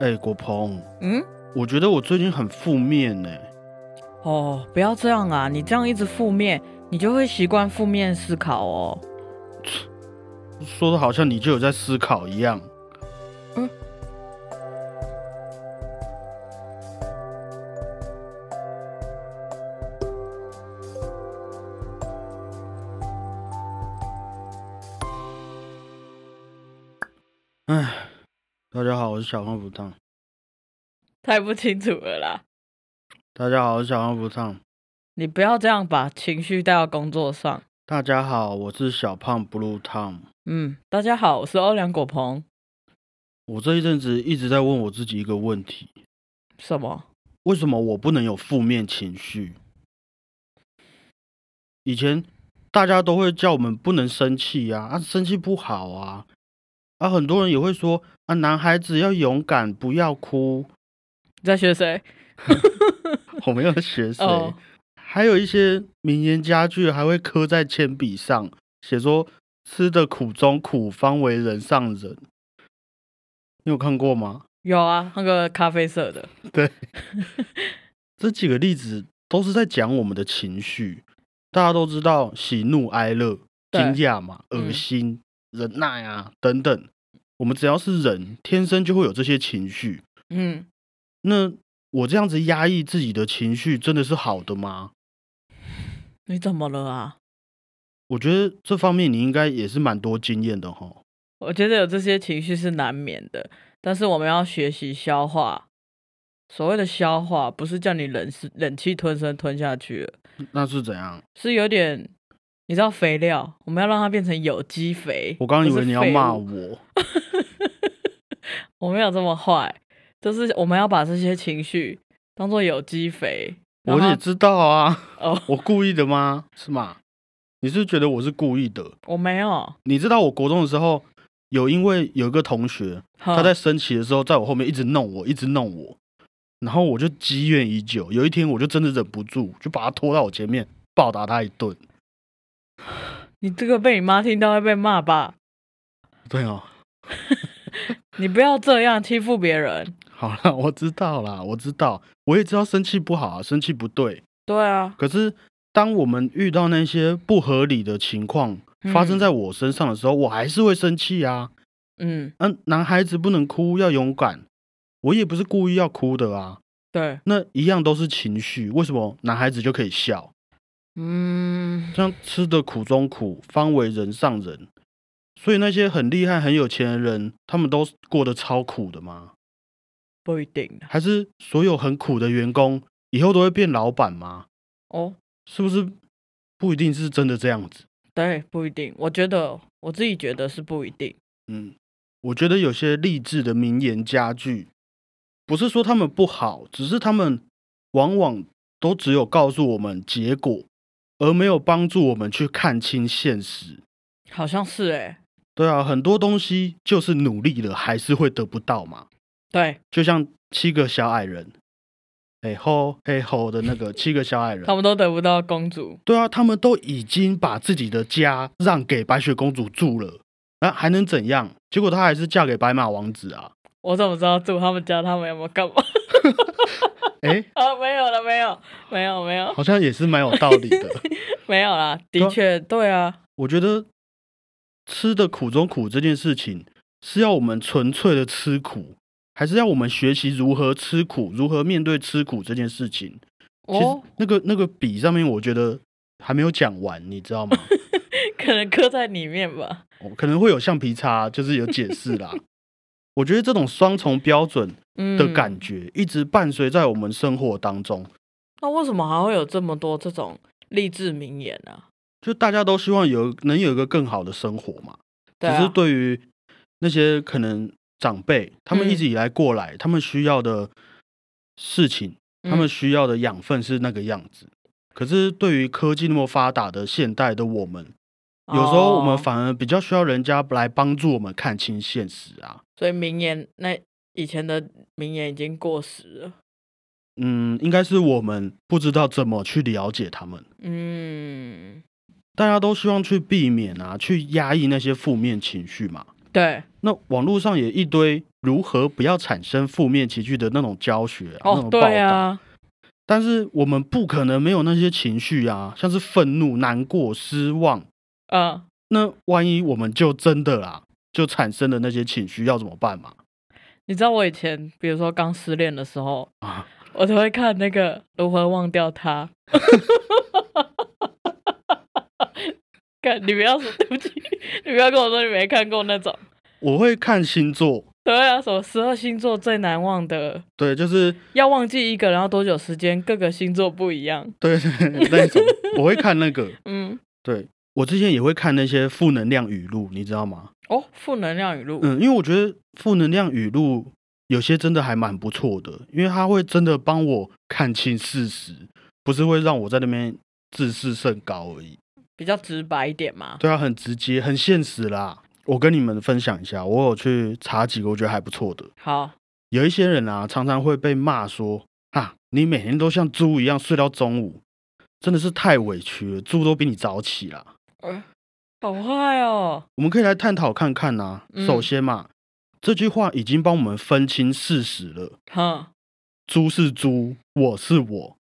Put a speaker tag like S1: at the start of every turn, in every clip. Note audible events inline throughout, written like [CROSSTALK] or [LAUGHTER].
S1: 哎、果鹏，
S2: 嗯，
S1: 我觉得我最近很负面呢、
S2: 哦，不要这样啊！你这样一直负面，你就会习惯负面思考哦。
S1: 说的好像你就有在思考一样。嗯哎，大家好，我是小胖不烫。
S2: 太不清楚了啦！
S1: 大家好，我是小胖不烫。
S2: 你不要这样把情绪带到工作上。
S1: 大家好，我是小胖 Blue Tom。
S2: 嗯，大家好，我是欧良果鹏。
S1: 我这一阵子一直在问我自己一个问题：
S2: 什么？
S1: 为什么我不能有负面情绪？以前大家都会叫我们不能生气呀、啊，生气不好啊。啊，很多人也会说啊，男孩子要勇敢，不要哭。
S2: 你在学谁？
S1: 我没有学谁。
S2: 哦，
S1: 还有一些名言佳句还会刻在铅笔上，写说“吃的苦中苦，方为人上人”。你有看过吗？
S2: 有啊，那个咖啡色的。
S1: 这几个例子都是在讲我们的情绪。大家都知道喜怒哀乐、
S2: 对
S1: 惊讶嘛、
S2: 嗯
S1: 恶心、忍耐啊等等。我们只要是人，天生就会有这些情绪。
S2: 嗯，
S1: 那我这样子压抑自己的情绪，真的是好的吗？
S2: 你怎么了啊？
S1: 我觉得这方面你应该也是蛮多经验的哈。
S2: 我觉得有这些情绪是难免的，但是我们要学习消化。所谓的消化，不是叫你忍忍气吞声吞下去了，
S1: 那是怎样？
S2: 是有点，你知道肥料，我们要让它变成有机肥。
S1: 我刚刚以为你要骂
S2: 我，
S1: 我。
S2: [LAUGHS] 我没有这么坏，就是我们要把这些情绪当做有机肥。让
S1: 我
S2: 它
S1: 也知道啊，
S2: 哦，
S1: 我故意的吗？是吗？你是不是觉得我是故意的？
S2: 我没有，
S1: 你知道我国中的时候，有因为有一个同学，他
S2: 哼
S1: 在升旗的时候，在我后面一直弄我，一直弄我，然后我就积怨已久。有一天，我就真的忍不住，就把他拖到我前面，暴打他一顿。
S2: 你这个被你妈听到会被骂吧？
S1: 对哦，
S2: 你不要这样欺负别人。
S1: 好啦，我知道啦，我知道，我也知道生气不好啊，生气不对。
S2: [LAUGHS] 对啊，
S1: 可是，当我们遇到那些不合理的情况发生
S2: 嗯
S1: 在我身上的时候，我还是会生气啊。
S2: 嗯，
S1: 嗯、男孩子不能哭，要勇敢。我也不是故意要哭的啊，
S2: 对，
S1: 那一样都是情绪。为什么男孩子就可以笑？
S2: 嗯，
S1: 像吃的苦中苦，方为人上人。所以那些很厉害、很有钱的人，他们都过得超苦的吗？
S2: 不一定啊
S1: 还是所有很苦的员工以后都会变老板吗？
S2: 哦。
S1: 是不是不一定是真的这样子？
S2: 对，不一定。我觉得我自己觉得是不一定。
S1: 嗯，我觉得有些励志的名言佳句，不是说他们不好，只是他们往往都只有告诉我们结果，而没有帮助我们去看清现实。
S2: 好像是哎、
S1: 对啊，很多东西就是努力了，还是会得不到嘛。
S2: 对
S1: 就像七个小矮人，哎吼哎吼的那个七个小矮人
S2: [LAUGHS] 他，们都得不到公主，
S1: 对啊，他们都已经把自己的家让给白雪公主住了，那、还能怎样？结果她还是嫁给白马王子啊。
S2: 我怎么知道住他们家他们有没有干嘛？
S1: 哎、
S2: 啊，没有了，没有，没有，没有，
S1: 好像也是蛮有道理的。
S2: 没有啦。
S1: 对
S2: 的
S1: 啊
S2: 确，对啊，
S1: 我觉得吃的苦中苦这件事情，是要我们纯粹的吃苦，还是要我们学习如何吃苦，如何面对吃苦这件事情？其实
S2: 哦，
S1: 那个那个笔上面，我觉得还没有讲完，你知
S2: [LAUGHS]
S1: 道吗？
S2: 可能刻在里面吧。
S1: 我可能会有橡皮擦，就是有解释
S2: [LAUGHS]
S1: 啦。我觉得这种双重标准
S2: 嗯
S1: 的感觉，一直伴随在我们生活当中。
S2: 那为什么还会有这么多这种励志名言呢、啊？
S1: 就大家都希望有能有一个更好的生活嘛，
S2: 对啊
S1: 只是对于那些可能长辈，他们
S2: 嗯
S1: 一直以来过来，他们需要的事情，他们
S2: 嗯
S1: 需要的养分是那个样子。可是对于科技那么发达的现代的我们，有时候我们
S2: 哦
S1: 反而比较需要人家来帮助我们看清现实啊。
S2: 所以名言那以前的名言已经过时了。
S1: 嗯，应该是我们不知道怎么去了解他们。
S2: 嗯，
S1: 大家都希望去避免啊，去压抑那些负面情绪嘛。
S2: 对，
S1: 那网络上也一堆如何不要产生负面情绪的那种教学、啊，那
S2: 哦
S1: 种，报
S2: 对
S1: 道。
S2: 啊，
S1: 但是我们不可能没有那些情绪啊，像是愤怒、难过、失望。
S2: 嗯，
S1: 那万一我们就真的啦，就产生了那些情绪，要怎么办嘛？
S2: 你知道我以前，比如说刚失恋的时候，
S1: 啊，
S2: 我都会看那个如何忘掉他。看，你不要说对不起，你不要跟我说你没看过那种。
S1: 我会看星座，
S2: 对啊，什么十二星座最难忘的，
S1: 对，就是
S2: 要忘记一个，然后多久时间？各个星座不一样。
S1: 对 [LAUGHS] 那种，我会看那个。
S2: 嗯，
S1: 对我之前也会看那些负能量语录，你知道吗？
S2: 哦，负能量语录。
S1: 嗯，因为我觉得负能量语录有些真的还蛮不错的，因为它会真的帮我看清事实，不是会让我在那边自视甚高而已。
S2: 比较直白一点嘛。
S1: 对啊，很直接，很现实啦。我跟你们分享一下，我有去查几个我觉得还不错的。
S2: 好，
S1: 有一些人啊，常常会被骂说啊，你每天都像猪一样睡到中午，真的是太委屈了，猪都比你早起啦。
S2: 好坏哦。
S1: 我们可以来探讨看看呐、
S2: 嗯
S1: 首先嘛，这句话已经帮我们分清事实了，
S2: 哼，
S1: 猪是猪，我是
S2: [LAUGHS]
S1: 我，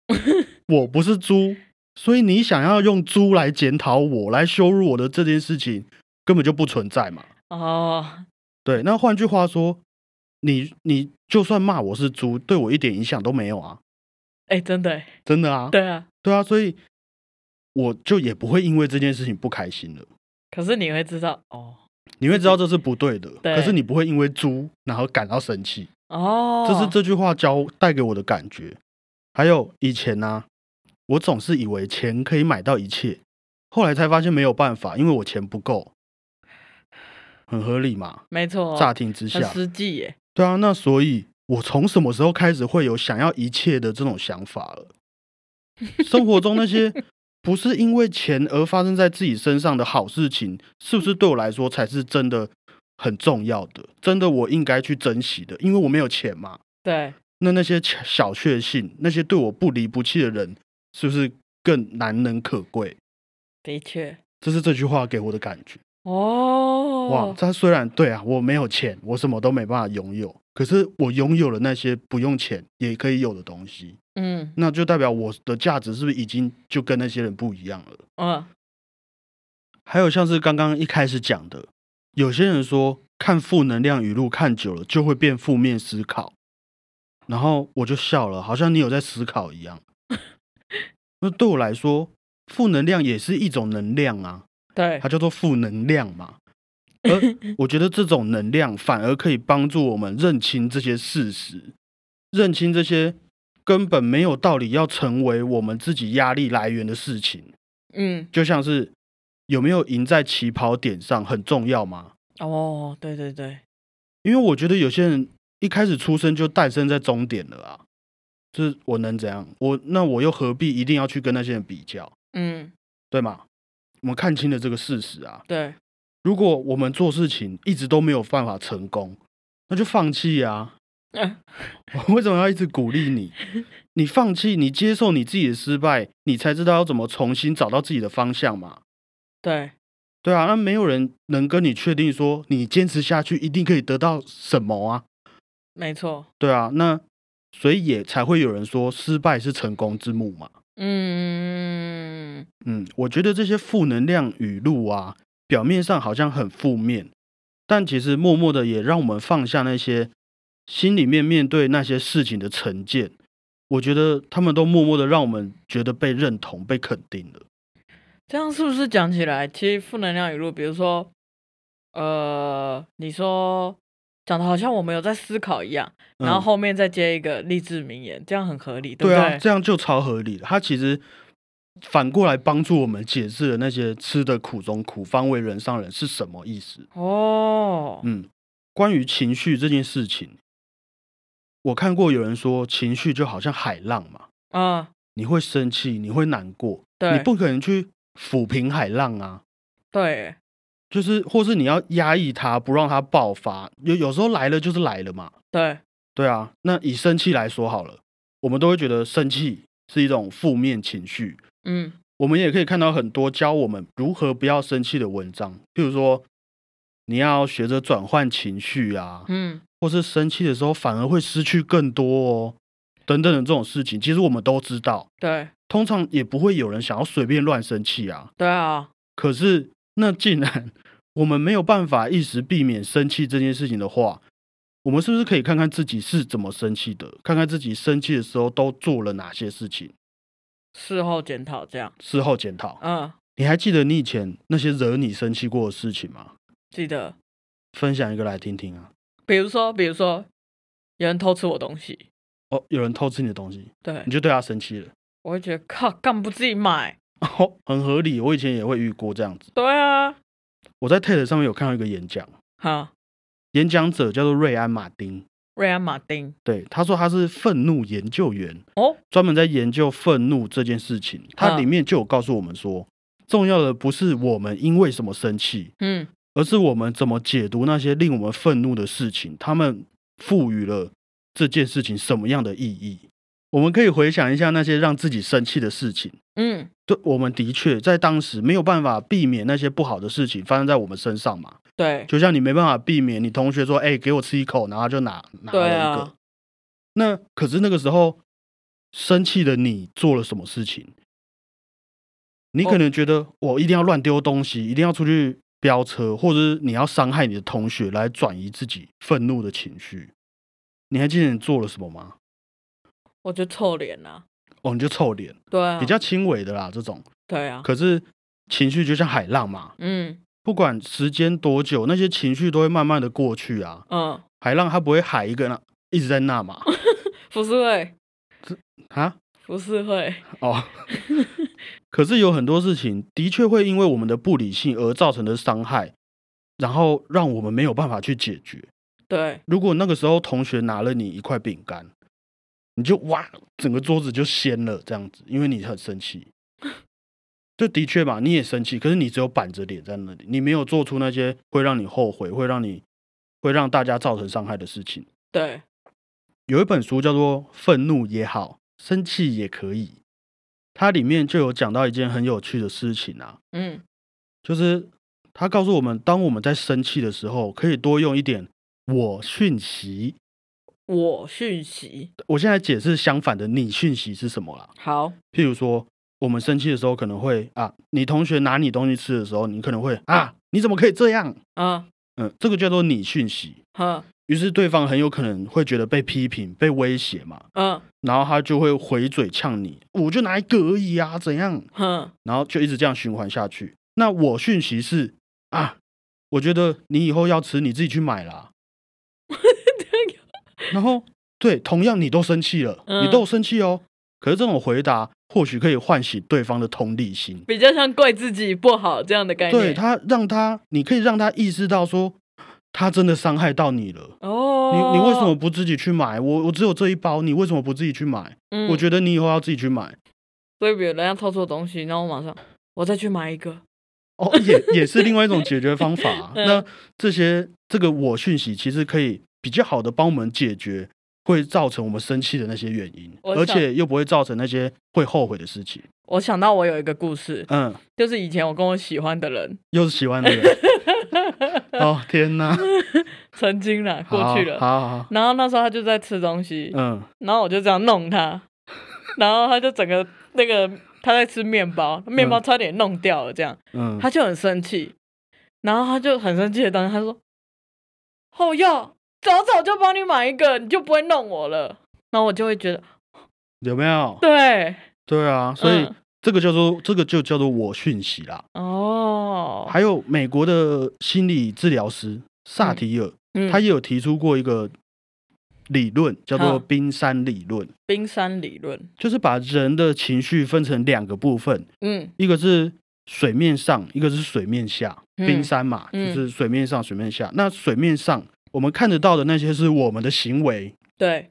S1: 我不是猪，所以你想要用猪来检讨我，来羞辱我的这件事情，根本就不存在嘛。
S2: 哦，
S1: 对，那换句话说，你你就算骂我是猪，对我一点影响都没有啊，
S2: 哎、真的耶，
S1: 真的啊，
S2: 对啊。
S1: 对啊，所以我就也不会因为这件事情不开心了。
S2: 可是你会知道，哦，
S1: 你会知道这是不对的，
S2: 对
S1: 可是你不会因为猪然后感到生气，
S2: 哦，
S1: 这是这句话教带给我的感觉。还有以前呢、我总是以为钱可以买到一切，后来才发现没有办法，因为我钱不够，很合理嘛。
S2: 没错哦，
S1: 乍听之下
S2: 很，实际耶。
S1: 对啊，那所以我从什么时候开始会有想要一切的这种想法了？生活中那
S2: [LAUGHS]
S1: 些不是因为钱而发生在自己身上的好事情，是不是对我来说才是真的很重要的？真的我应该去珍惜的，因为我没有钱嘛。
S2: 对，
S1: 那那些小小确幸，那些对我不离不弃的人，是不是更难能可贵？
S2: 的确。
S1: 这是这句话给我的感觉。
S2: 哦，
S1: 哇，他虽然对啊，我没有钱，我什么都没办法拥有，可是我拥有了那些不用钱也可以有的东西，
S2: 嗯
S1: 那就代表我的价值是不是已经就跟那些人不一样了？
S2: 嗯，
S1: 还有像是刚刚一开始讲的，有些人说看负能量语录看久了就会变负面思考，然后我就笑了，好像你有在思考一样。那对我来说，负能量也是一种能量啊。
S2: 对
S1: 它，叫做负能量嘛。而我觉得这种能量反而可以帮助我们认清这些事实，认清这些根本没有道理要成为我们自己压力来源的事情。
S2: 嗯，
S1: 就像是有没有赢在起跑点上很重要吗？
S2: 哦，对对对，
S1: 因为我觉得有些人一开始出生就诞生在终点了啊，就是我能怎样？我那我又何必一定要去跟那些人比较，
S2: 嗯，
S1: 对吗？我们看清了这个事实啊，
S2: 对，
S1: 如果我们做事情一直都没有办法成功，那就放弃啊！ [LAUGHS]
S2: 嗯，
S1: 我为什么要一直鼓励你？你放弃，你接受你自己的失败，你才知道要怎么重新找到自己的方向嘛。
S2: 对，
S1: 对啊，那没有人能跟你确定说你坚持下去一定可以得到什么啊。
S2: 没错，
S1: 对啊，那所以也才会有人说失败是成功之母嘛。
S2: 嗯，
S1: 嗯，我觉得这些负能量语录啊，表面上好像很负面，但其实默默的也让我们放下那些心里面面对那些事情的成见。我觉得他们都默默的让我们觉得被认同、被肯定了。
S2: 这样是不是讲起来，其实负能量语录，比如说，呃，你说讲的好像我们有在思考一样，然后
S1: 嗯
S2: 后面再接一个励志名言，这样很合理，不
S1: 对啊，
S2: 对？
S1: 这样就超合理了。他其实反过来帮助我们解释了那些“吃的苦中苦，方为人上人”是什么意思。
S2: 哦，
S1: 嗯，关于情绪这件事情，我看过有人说，情绪就好像海浪嘛，
S2: 啊，
S1: 你会生气，你会难过，嗯你
S2: 对，
S1: 不可能去抚平海浪啊，
S2: 对，
S1: 就是或是你要压抑它，不让它爆发。有有时候来了就是来了嘛，
S2: 对，
S1: 对啊。那以生气来说好了，我们都会觉得生气是一种负面情绪。
S2: 嗯，
S1: 我们也可以看到很多教我们如何不要生气的文章，譬如说你要学着转换情绪啊，
S2: 嗯，
S1: 或是生气的时候，反而会失去更多哦，等等的这种事情，其实我们都知道，
S2: 对
S1: 通常也不会有人想要随便乱生气啊。
S2: 对啊，
S1: 可是那既然我们没有办法一时避免生气这件事情的话，我们是不是可以看看自己是怎么生气的？看看自己生气的时候都做了哪些事情，
S2: 事后检讨这样，
S1: 事后检讨。
S2: 嗯，
S1: 你还记得你以前那些惹你生气过的事情吗？
S2: 记得，
S1: 分享一个来听听啊。
S2: 比如说，比如说，有人偷吃我东西，
S1: 哦，有人偷吃你的东西，
S2: 对
S1: 你就对他生气了， [LAUGHS]
S2: 我会觉得靠，干嘛不自己买？
S1: 哦，很合理。我以前也会遇过这样子。
S2: 对啊，
S1: 我在 TED 上面有看到一个演讲，
S2: 哈，
S1: 演讲者叫做瑞安·马丁，
S2: 瑞安马丁，
S1: 对，他说他是愤怒研究员，
S2: 哦，
S1: 专门在研究愤怒这件事情。它
S2: 嗯
S1: 里面就有告诉我们说，重要的不是我们因为什么生气，
S2: 嗯，
S1: 而是我们怎么解读那些令我们愤怒的事情，他们赋予了这件事情什么样的意义。我们可以回想一下那些让自己生气的事情。
S2: 嗯，
S1: 对，我们的确在当时没有办法避免那些不好的事情发生在我们身上嘛。
S2: 对，
S1: 就像你没办法避免你同学说：“哎、给我吃一口”，然后他就拿拿了
S2: 对
S1: 一个。
S2: 啊，
S1: 那可是那个时候生气的你做了什么事情？你可
S2: 哦
S1: 能觉得我一定要乱丢东西，一定要出去飙车，或者是你要伤害你的同学来转移自己愤怒的情绪。你还记得你做了什么吗？
S2: 我就臭脸啊，
S1: 哦，你就臭脸，
S2: 对啊，
S1: 比较轻微的啦，这种。
S2: 对啊，
S1: 可是情绪就像海浪嘛，
S2: 嗯
S1: 不管时间多久，那些情绪都会慢慢的过去啊。
S2: 嗯，
S1: 海浪它不会海一个人一直在那嘛 [LAUGHS]
S2: 浮世绘，
S1: 啊
S2: 浮世绘，
S1: 哦。 [LAUGHS] 可是有很多事情的确会因为我们的不理性而造成的伤害，然后让我们没有办法去解决。
S2: 对，
S1: 如果那个时候同学拿了你一块饼干，你就哇，整个桌子就掀了这样子，因为你很生气。这的确嘛，你也生气，可是你只有板着脸在那里，你没有做出那些会让你后悔、会让你会让大家造成伤害的事情。
S2: 对，
S1: 有一本书叫做《愤怒也好，生气也可以》，它里面就有讲到一件很有趣的事情啊，
S2: 嗯，
S1: 就是它告诉我们，当我们在生气的时候，可以多用一点“我讯息”。
S2: 我讯息，
S1: 我现在解释相反的你讯息是什么啦？
S2: 好，
S1: 譬如说，我们生气的时候可能会啊，你同学拿你东西吃的时候，你可能会啊，你怎么可以这样？
S2: 嗯
S1: 嗯，这个叫做你讯息。
S2: 哼，
S1: 于是对方很有可能会觉得被批评、被威胁嘛，
S2: 嗯
S1: 然后他就会回嘴呛你，我就拿一个而已啊，怎样？
S2: 哼，
S1: 然后就一直这样循环下去。那我讯息是啊，我觉得你以后要吃，你自己去买
S2: [LAUGHS]
S1: 啦。然后对，同样你都生气了，
S2: 嗯
S1: 你都有生气哦。可是这种回答或许可以唤醒对方的同理心，
S2: 比较像怪自己不好这样的概念，
S1: 对他让他，你可以让他意识到说，他真的伤害到你了。
S2: 哦，
S1: 你你为什么？不自己去买？我我只有这一包，你为什么不自己去买？
S2: 嗯、
S1: 我觉得你以后要自己去买。
S2: 所以比如人家偷出我东西，然后我马上我再去买一个，
S1: 哦，也也是另外一种解决方法啊、
S2: [LAUGHS] 嗯
S1: 那这些这个我讯息其实可以比较好的帮我们解决会造成我们生气的那些原因，
S2: 我
S1: 而
S2: 想
S1: 且又不会造成那些会后悔的事情。
S2: 我想到我有一个故事，
S1: 嗯，
S2: 就是以前我跟我喜欢的人， [LAUGHS]
S1: 又是喜欢的人。哦天哪，
S2: 曾经啦，
S1: 好
S2: 过去了。
S1: 好好好，
S2: 然后那时候他就在吃东西，
S1: 嗯，
S2: 然后我就这样弄他，然后他就整个那个他在吃面包，面包差点弄掉了，这样、
S1: 嗯，
S2: 他就很生气，然后他就很生气的当时他说：“后要早早就帮你买一个，你就不会弄我了。”然后我就会觉得，
S1: 有没有？
S2: 对，
S1: 对啊，所以
S2: 嗯
S1: 这个叫做这个就叫做我讯息啦。
S2: 哦，
S1: 还有美国的心理治疗师萨
S2: 嗯
S1: 提尔，
S2: 嗯
S1: 他也有提出过一个理论，叫做
S2: 好
S1: 冰山理论。
S2: 冰山理论，
S1: 就是把人的情绪分成两个部分，
S2: 嗯
S1: 一个是水面上，一个是水面下。
S2: 嗯
S1: 冰山嘛，
S2: 嗯
S1: 就是水面上、水面下。那水面上我们看得到的那些是我们的行为，
S2: 对，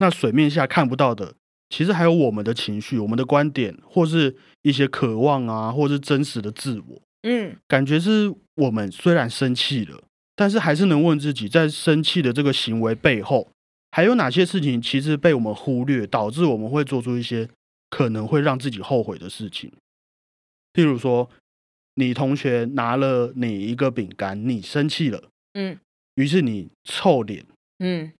S1: 那水面下看不到的，其实还有我们的情绪、我们的观点，或是一些渴望啊，或是真实的自我。
S2: 嗯
S1: 感觉是我们虽然生气了，但是还是能问自己，在生气的这个行为背后，还有哪些事情其实被我们忽略，导致我们会做出一些可能会让自己后悔的事情。譬如说，你同学拿了你一个饼干，你生气了，
S2: 嗯
S1: 于是你臭脸，
S2: 嗯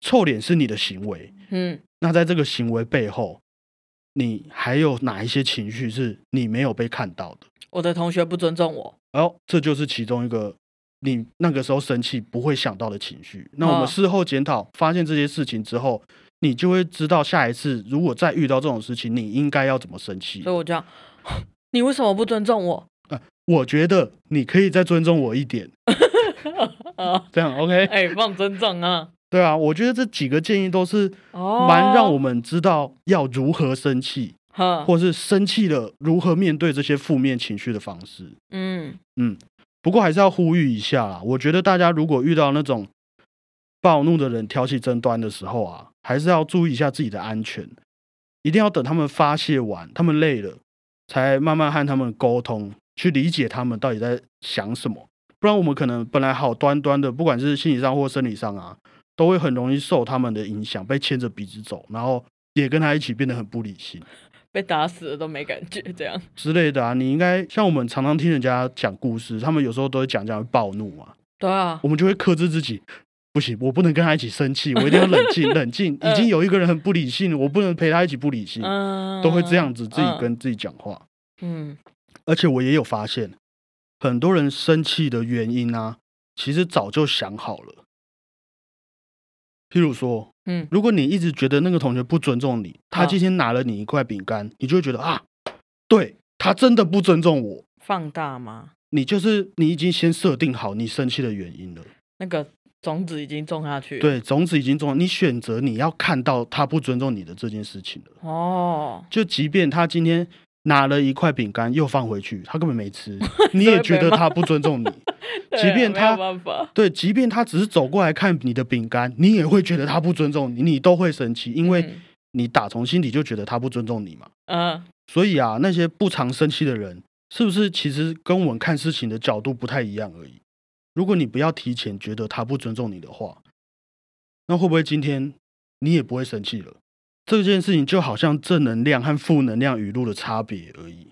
S1: 臭脸是你的行为，
S2: 嗯
S1: 那在这个行为背后，你还有哪一些情绪是你没有被看到的？
S2: 我的同学不尊重我，
S1: 哦，这就是其中一个你那个时候生气不会想到的情绪。那我们
S2: 哦
S1: 事后检讨，发现这些事情之后，你就会知道下一次如果再遇到这种事情，你应该要怎么生气
S2: 所。以我这样， [LAUGHS] 你为什么不尊重我？ [LAUGHS]
S1: 我觉得你可以再尊重我一点，
S2: 啊，
S1: [LAUGHS] 这样 OK？
S2: 哎，放尊重啊，
S1: 对啊，我觉得这几个建议都是
S2: 哦，
S1: [LAUGHS] 蛮让我们知道要如何生气，
S2: 哈，
S1: 或是生气了如何面对这些负面情绪的方式。
S2: 嗯
S1: 不过还是要呼吁一下啦，我觉得大家如果遇到那种暴怒的人挑起争端的时候啊，还是要注意一下自己的安全，一定要等他们发泄完，他们累了，才慢慢和他们沟通，去理解他们到底在想什么。不然我们可能本来好端端的，不管是心理上或生理上啊，都会很容易受他们的影响，被牵着鼻子走，然后也跟他一起变得很不理性
S2: 被打死了都没感觉，这样
S1: 之类的啊。你应该像我们常常听人家讲故事，他们有时候都会讲讲暴怒啊，
S2: 对啊
S1: 我，们就会克制自己，不行，我不能跟他一起生气，我一定要冷
S2: [LAUGHS]
S1: 静，冷静。已经有一个人很不理性，我不能陪他一起不理性，
S2: [LAUGHS]
S1: [LAUGHS]
S2: 嗯，
S1: 都会这样子自己
S2: 嗯
S1: 跟自己讲话。
S2: 嗯
S1: 而且我也有发现，很多人生气的原因啊，其实早就想好了。譬如说，
S2: 嗯
S1: 如果你一直觉得那个同学不尊重你，他
S2: 啊
S1: 今天拿了你一块饼干，你就会觉得啊，对他真的不尊重我。
S2: 放大吗？
S1: 你就是你已经先设定好你生气的原因了。
S2: 那个种子已经种下去，，
S1: 对，种子已经种了，你选择你要看到他不尊重你的这件事情了。
S2: 哦，
S1: 就即便他今天拿了一块饼干又放回去，他根本没吃，你也觉得他不尊重你。
S2: [LAUGHS] 对啊
S1: 即便
S2: 没有
S1: 他
S2: 办法，
S1: 对，即便他只是走过来看你的饼干，你也会觉得他不尊重你，你都会生气，因为
S2: 嗯
S1: 你打从心底就觉得他不尊重你嘛。
S2: 嗯
S1: 所以啊，那些不常生气的人，是不是其实跟我们看事情的角度不太一样而已？如果你不要提前觉得他不尊重你的话，那会不会今天你也不会生气了？这件事情就好像正能量和负能量语录的差别而已。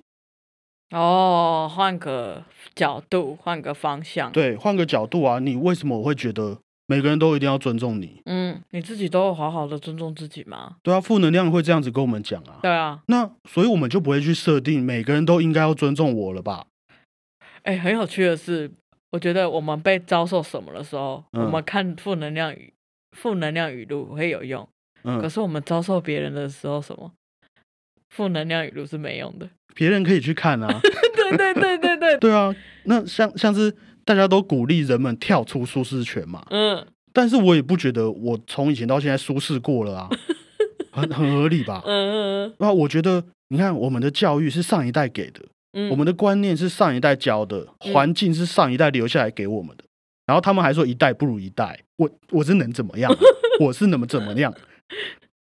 S2: 哦，换个角度，换个方向，，
S1: 对，换个角度啊，你为什么会觉得每个人都一定要尊重你？
S2: 嗯，你自己都有好好的尊重自己吗？
S1: 对啊，负能量会这样子跟我们讲啊。
S2: 对啊，
S1: 那所以我们就不会去设定每个人都应该要尊重我了吧？
S2: 哎，很有趣的是，我觉得我们被遭受什么的时候，我
S1: 嗯
S2: 们看负能量语负能量语录会有用，可
S1: 嗯，
S2: 是我们遭受别人的时候，什么负能量语录是没
S1: [LAUGHS]
S2: 用的。
S1: 别人可以去看啊。
S2: 对对对对对，
S1: 对啊，那像像是大家都鼓励人们跳出舒适圈嘛，
S2: [LAUGHS] 嗯，
S1: 但是我也不觉得我从以前到现在舒适过了
S2: [LAUGHS]
S1: 啊，很很合理吧
S2: 嗯？嗯
S1: 那我觉得，你看我们的教育是上一代给的，
S2: 嗯，
S1: 我们的观念是上一代教的，
S2: 嗯
S1: 环境是上一代留下来给我们的，然后他们还说一代不如一代，我我是能怎么
S2: [LAUGHS]
S1: 样啊？我是能怎么样？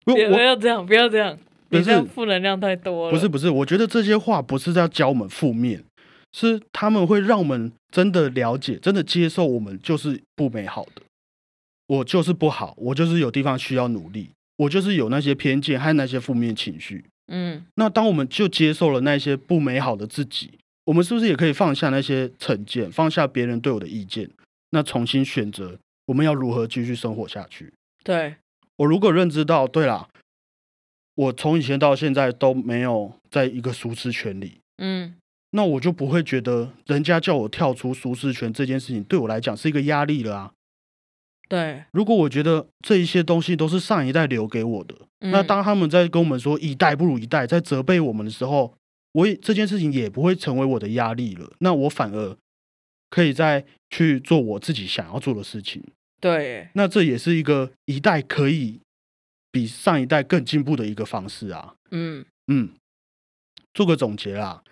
S1: 不，
S2: 不不
S1: 我
S2: 要这样，不要这样，你
S1: 不
S2: 这样
S1: 是
S2: 负能量太多了。
S1: 不是，不是，我觉得这些话不是在教我们负面，是他们会让我们真的了解，真的接受我们就是不美好的，我就是不好，我就是有地方需要努力，我就是有那些偏见和那些负面情绪。
S2: 嗯
S1: 那当我们就接受了那些不美好的自己，我们是不是也可以放下那些成见，放下别人对我的意见，那重新选择我们要如何继续生活下去？
S2: 对，
S1: 我如果认知到，对啦，我从以前到现在都没有在一个舒适圈里，
S2: 嗯
S1: 那我就不会觉得人家叫我跳出舒适圈这件事情对我来讲是一个压力了啊。
S2: 对，
S1: 如果我觉得这一些东西都是上一代留给我的，那
S2: 嗯
S1: 当他们在跟我们说一代不如一代，在责备我们的时候，我也这件事情也不会成为我的压力了。那我反而可以再去做我自己想要做的事情。
S2: 对耶，
S1: 那这也是一个一代可以比上一代更进步的一个方式啊。
S2: 嗯
S1: 嗯，做个总结啦，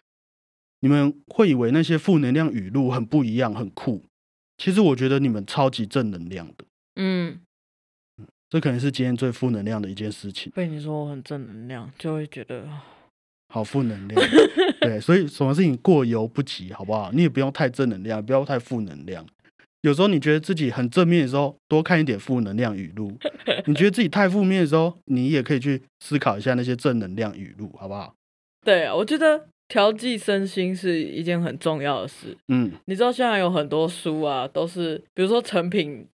S1: 你们会以为那些负能量语录很不一样、很酷，其实我觉得你们超级正能量的。
S2: 嗯，
S1: 这可能是今天最负能量的一件事情，
S2: 被你说我很正能量，就会觉得啊
S1: 好负能量。对，所以什么事情过犹不及，好不好？你也不用太正能量，不要太负能量。有时候你觉得自己很正面的时候，多看一点负能量语
S2: [LAUGHS]
S1: 录；你觉得自己太负面的时候，你也可以去思考一下那些正能量语录，好不好？
S2: 对啊，我觉得调剂身心是一件很重要的事。
S1: 嗯
S2: 你知道现在有很多书啊，都是比如说成品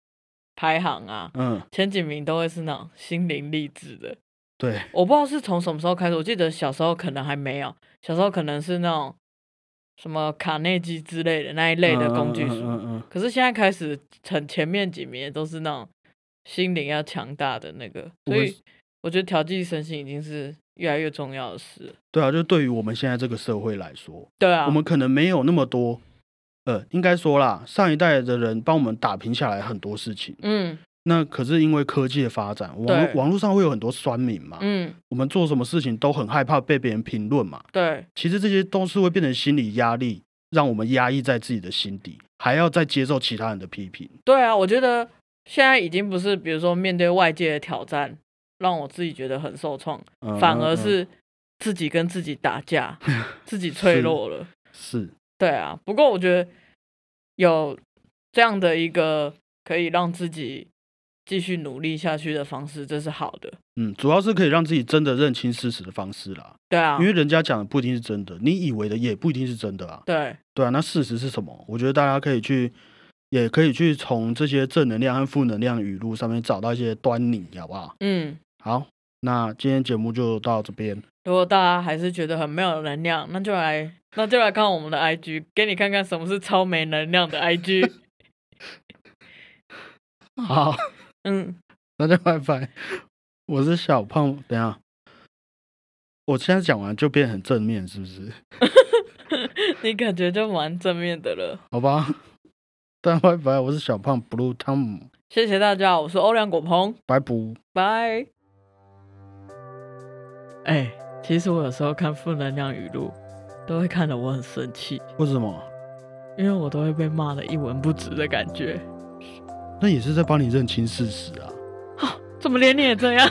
S2: 排行啊，
S1: 嗯，
S2: 前几名都会是那种心灵励志的。
S1: 对，
S2: 我不知道是从什么时候开始，我记得小时候可能还没有，小时候可能是那种什么卡内基之类的那一类的工具
S1: 嗯
S2: 书，
S1: 嗯嗯嗯嗯
S2: 可是现在开始很前面几名也都是那种心灵要强大的那个，
S1: 我
S2: 所
S1: 们
S2: 以我觉得调剂身心已经是越来越重要的事了。
S1: 对啊，就对于我们现在这个社会来说，
S2: 对啊，
S1: 我们可能没有那么多，呃，应该说啦，上一代的人帮我们打平下来很多事情。
S2: 嗯
S1: 那可是因为科技的发展，网络
S2: 对
S1: 网络上会有很多酸民嘛，
S2: 嗯，
S1: 我们做什么事情都很害怕被别人评论嘛。
S2: 对
S1: 其实这些都是会变成心理压力，让我们压抑在自己的心底，还要再接受其他人的批评。
S2: 对啊，我觉得现在已经不是比如说面对外界的挑战，让我自己觉得很受创，
S1: 嗯
S2: 反
S1: 嗯
S2: 而
S1: 嗯
S2: 是自己跟自己打
S1: [LAUGHS]
S2: 架，自己脆
S1: 是
S2: 弱了。
S1: 是
S2: 对啊，不过我觉得有这样的一个可以让自己继续努力下去的方式，这是好的。
S1: 嗯，主要是可以让自己真的认清事实的方式啦，
S2: 对啊
S1: 因，为人家讲的不一定是真的，你以为的也不一定是真的啊。
S2: 对
S1: 对啊，那事实是什么？我觉得大家可以去，也可以去从这些正能量和负能量语录上面找到一些端倪，好不好？
S2: 嗯，
S1: 好，那今天节目就到这边。
S2: 如果大家还是觉得很没有能量，那就来那就来看我们的 IG，给你看看什么是超没能量的
S1: [LAUGHS]
S2: IG。
S1: 好，
S2: 嗯，
S1: 大家拜拜。我是小胖，等一下，我现在讲完就变很正面，是不是？
S2: 你感觉就蛮正面的了。
S1: 好吧，大家拜拜。我是小胖 Blue Tom，
S2: 谢谢大家，我是欧亮果鹏，
S1: 拜拜。
S2: 拜。哎、其实我有时候看负能量语录，都会看得我很生气。
S1: 为什么？
S2: 因为我都会被骂的一文不值的感觉。
S1: 那也是在帮你认清事实啊。
S2: 怎么连你也这样？